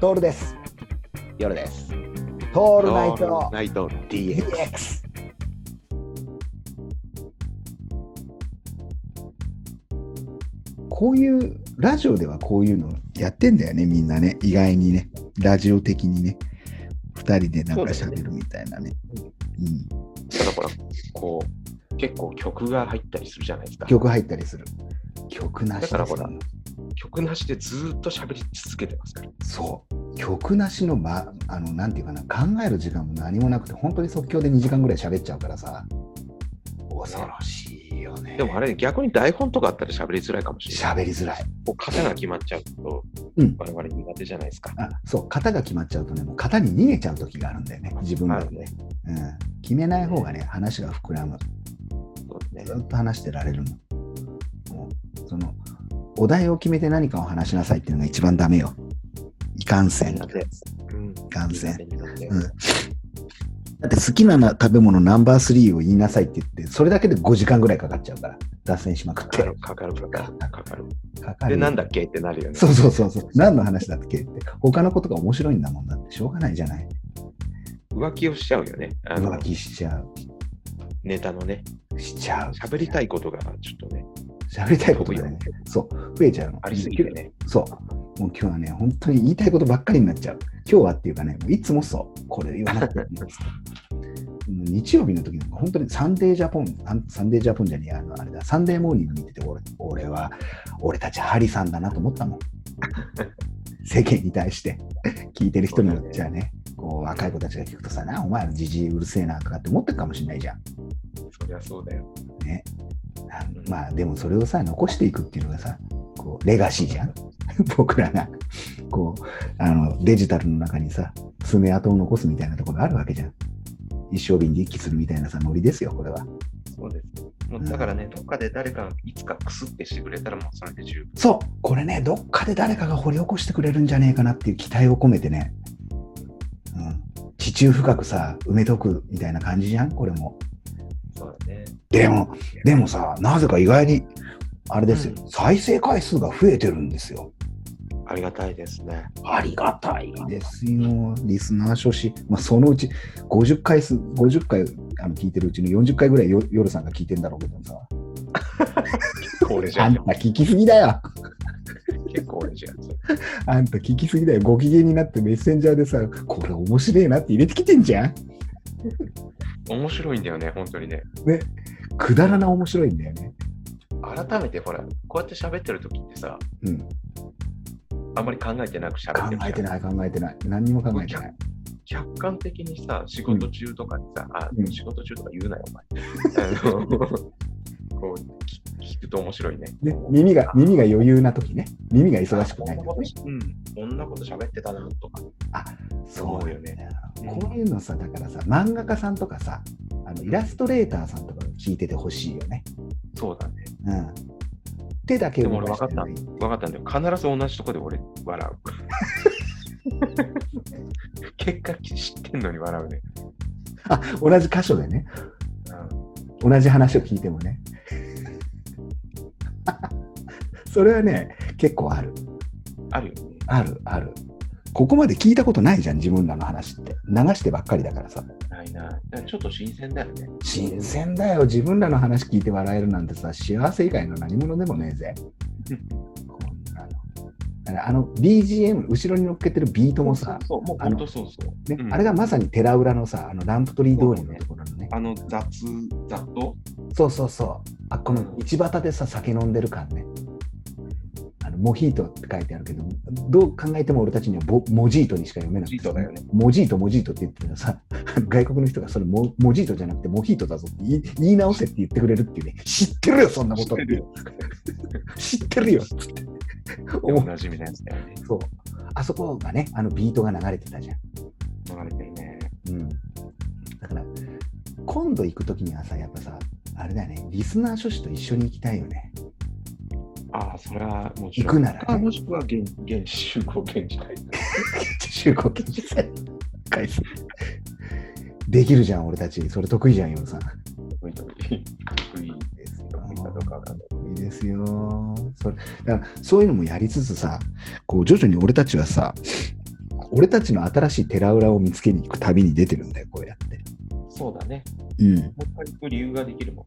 トールです。夜です。トオールナイトナイト DX。 DX。こういうラジオではこういうのやってんだよねみんなね意外にねラジオ的にね2人でなんか喋るみたいなねうん、ただほら、こう、結構曲が入ったりするじゃないですか。曲曲入ったりする曲なしだでからすほねらなしでずーっと喋り続けてますから。そう曲なしの,、ま、あのなんていうかな考える時間も何もなくて本当に即興で2時間ぐらい喋っちゃうからさ恐ろしいよねでもあれ、逆に台本とかあったら喋りづらいかもしれない。喋りづらいこう型が決まっちゃうと、うん我々苦手じゃないですか。あそう型が決まっちゃうとねもう型に逃げちゃう時があるんだよね自分が、あるうね。ん、決めない方がね話が膨らむそうねずっと話してられるのもうそのお題を決めて何かを話しなさいっていうのが一番ダメよいかんせんい苦手。うん。かんせん苦手苦手うんだって好きなな食べ物ナンバー3を言いなさいって言って、それだけで5時間ぐらいかかっちゃうから、脱線しまくっかてか。る、かかる、かかる。かかるかかで、る。なんだっけってなるよね。そうそうそうそう。何の話だっけって。他のことが面白いんだもんだって、しょうがないじゃない。浮気をしちゃうよね。あの浮気しちゃネタのね、う。しちゃう。喋りたいことがちょっとね、喋りたいことがね。そう。増えちゃうの。ありすぎてね。そう。もう今日はね、本当に言いたいことばっかりになっちゃう。今日はっていうかね、もういつもそう。これ言わなくていいんですうん日曜日の時なんか本当にサンデージャポン、あサンデージャポンじゃねえあのあれだ、サンデーモーニング見てて、俺俺は、俺たちハリさんだなと思っ たもん。世間に対して、聞いてる人によっちゃね、こう若い子たちが聞くとさ、なお前らじじいうるせえなとかって思ってるかもしれないじゃん。そりゃそうだよ。ね。あのまあでもそれをさ残していくっていうのがさこうレガシーじゃん 僕らがこうあのデジタルの中にさ爪痕を残すみたいなところがあるわけじゃん一生瓶に一気するみたいなさノリですよこれはそうです。もうだからね、どっかで誰かがいつかくすってしてくれたらもうそれで十分。そうこれねどっかで誰かが掘り起こしてくれるんじゃねえかなっていう期待を込めてね、うん、地中深くさ埋めとくみたいな感じじゃんこれもそうだね。でもでもさなぜか意外にあれですよ、う再生回数が増えてるんですよありがたいですね。ありがたいですよ、リスナー初心、まあ、そのうち50回す、50回あの聞いてるうちの40回ぐらいよ夜さんが聞いてんだろうけどさ、これじゃあんんた。聞きすぎだよ、結構俺じゃん。あんた聞きすぎだよ、ご機嫌になってメッセンジャーでさ、これ面白いなって入れてきてんじゃん。面白いんだよね、本当にね。くだらな面白いんだよね。改めてほら、こうやって喋ってる時ってさ、うん、あんまり考えてなく喋っ考てるじゃんえてない、考えてない、何にも考えてない。客観的にさ、仕事中とかにさ、あうん仕事中とか言うなよ、 お前。あのこうき聞くと面白いね。ね、耳が耳が余裕な時ね、耳が忙しくないこんな時こね。とうん、こんなこと喋ってたなとかそ思ううよね。こういうのさ、だからさ、漫画家さんとかさ、あのイラストレーターさんとかが聞いててほしいよね。そうだね。うん。手だけ動かしてでもない。分かったんだよ。必ず同じとこで俺、笑う。結果知ってんのに笑うね。あ、同じ箇所でね、うん同じ話を聞いてもね。 それはね、結構ある。あるよね。ある、ある。ここまで聞いたことないじゃん、自分らの話って。流してばっかりだからさ。ないな。だからちょっと新鮮だよね。新鮮だよ、自分らの話聞いて笑えるなんてさ、幸せ以外の何者でもねえぜ。こんなの。だからあの BGM、後ろに乗っけてるビートもさ、そう、もうあの本当そうそう。ねうんあれがまさに寺浦のさ、あのランプトリー通りのところのね、あの雑、雑と、そうそうそう。あこの道端でさ酒飲んでる感ね。あのモヒートって書いてあるけど、どう考えても俺たちにはボモジートにしか読めなくて、モジートだよね。モジート、モジートって言ってたらさ、 外国の人がそれモモジートじゃなくてモヒートだぞって言い言い直せって言ってくれるっていうね、知ってるよ、そんなことって。知ってるよ、つって。お思うなじみのやつだよね。そう。あそこがね、あのビートが流れてたじゃん。流れてるね。うん、だから今度行く時にはさやっぱさあれだよねリスナー諸氏と一緒に行きたいよねああ、それはもちろ行ん。くならねあもしくは現現地集合現地会。中古禁止戦開催できるじゃん俺たちそれ得意じゃんよさん得意得意得意です得意かどうかわかんない。いいですよそれだからそういうのもやりつつさこう徐々に俺たちはさ俺たちの新しい寺裏を見つけに行く旅に出てるんだよ、こうやって。そうだね。うん。もう一回行く理由ができるもん。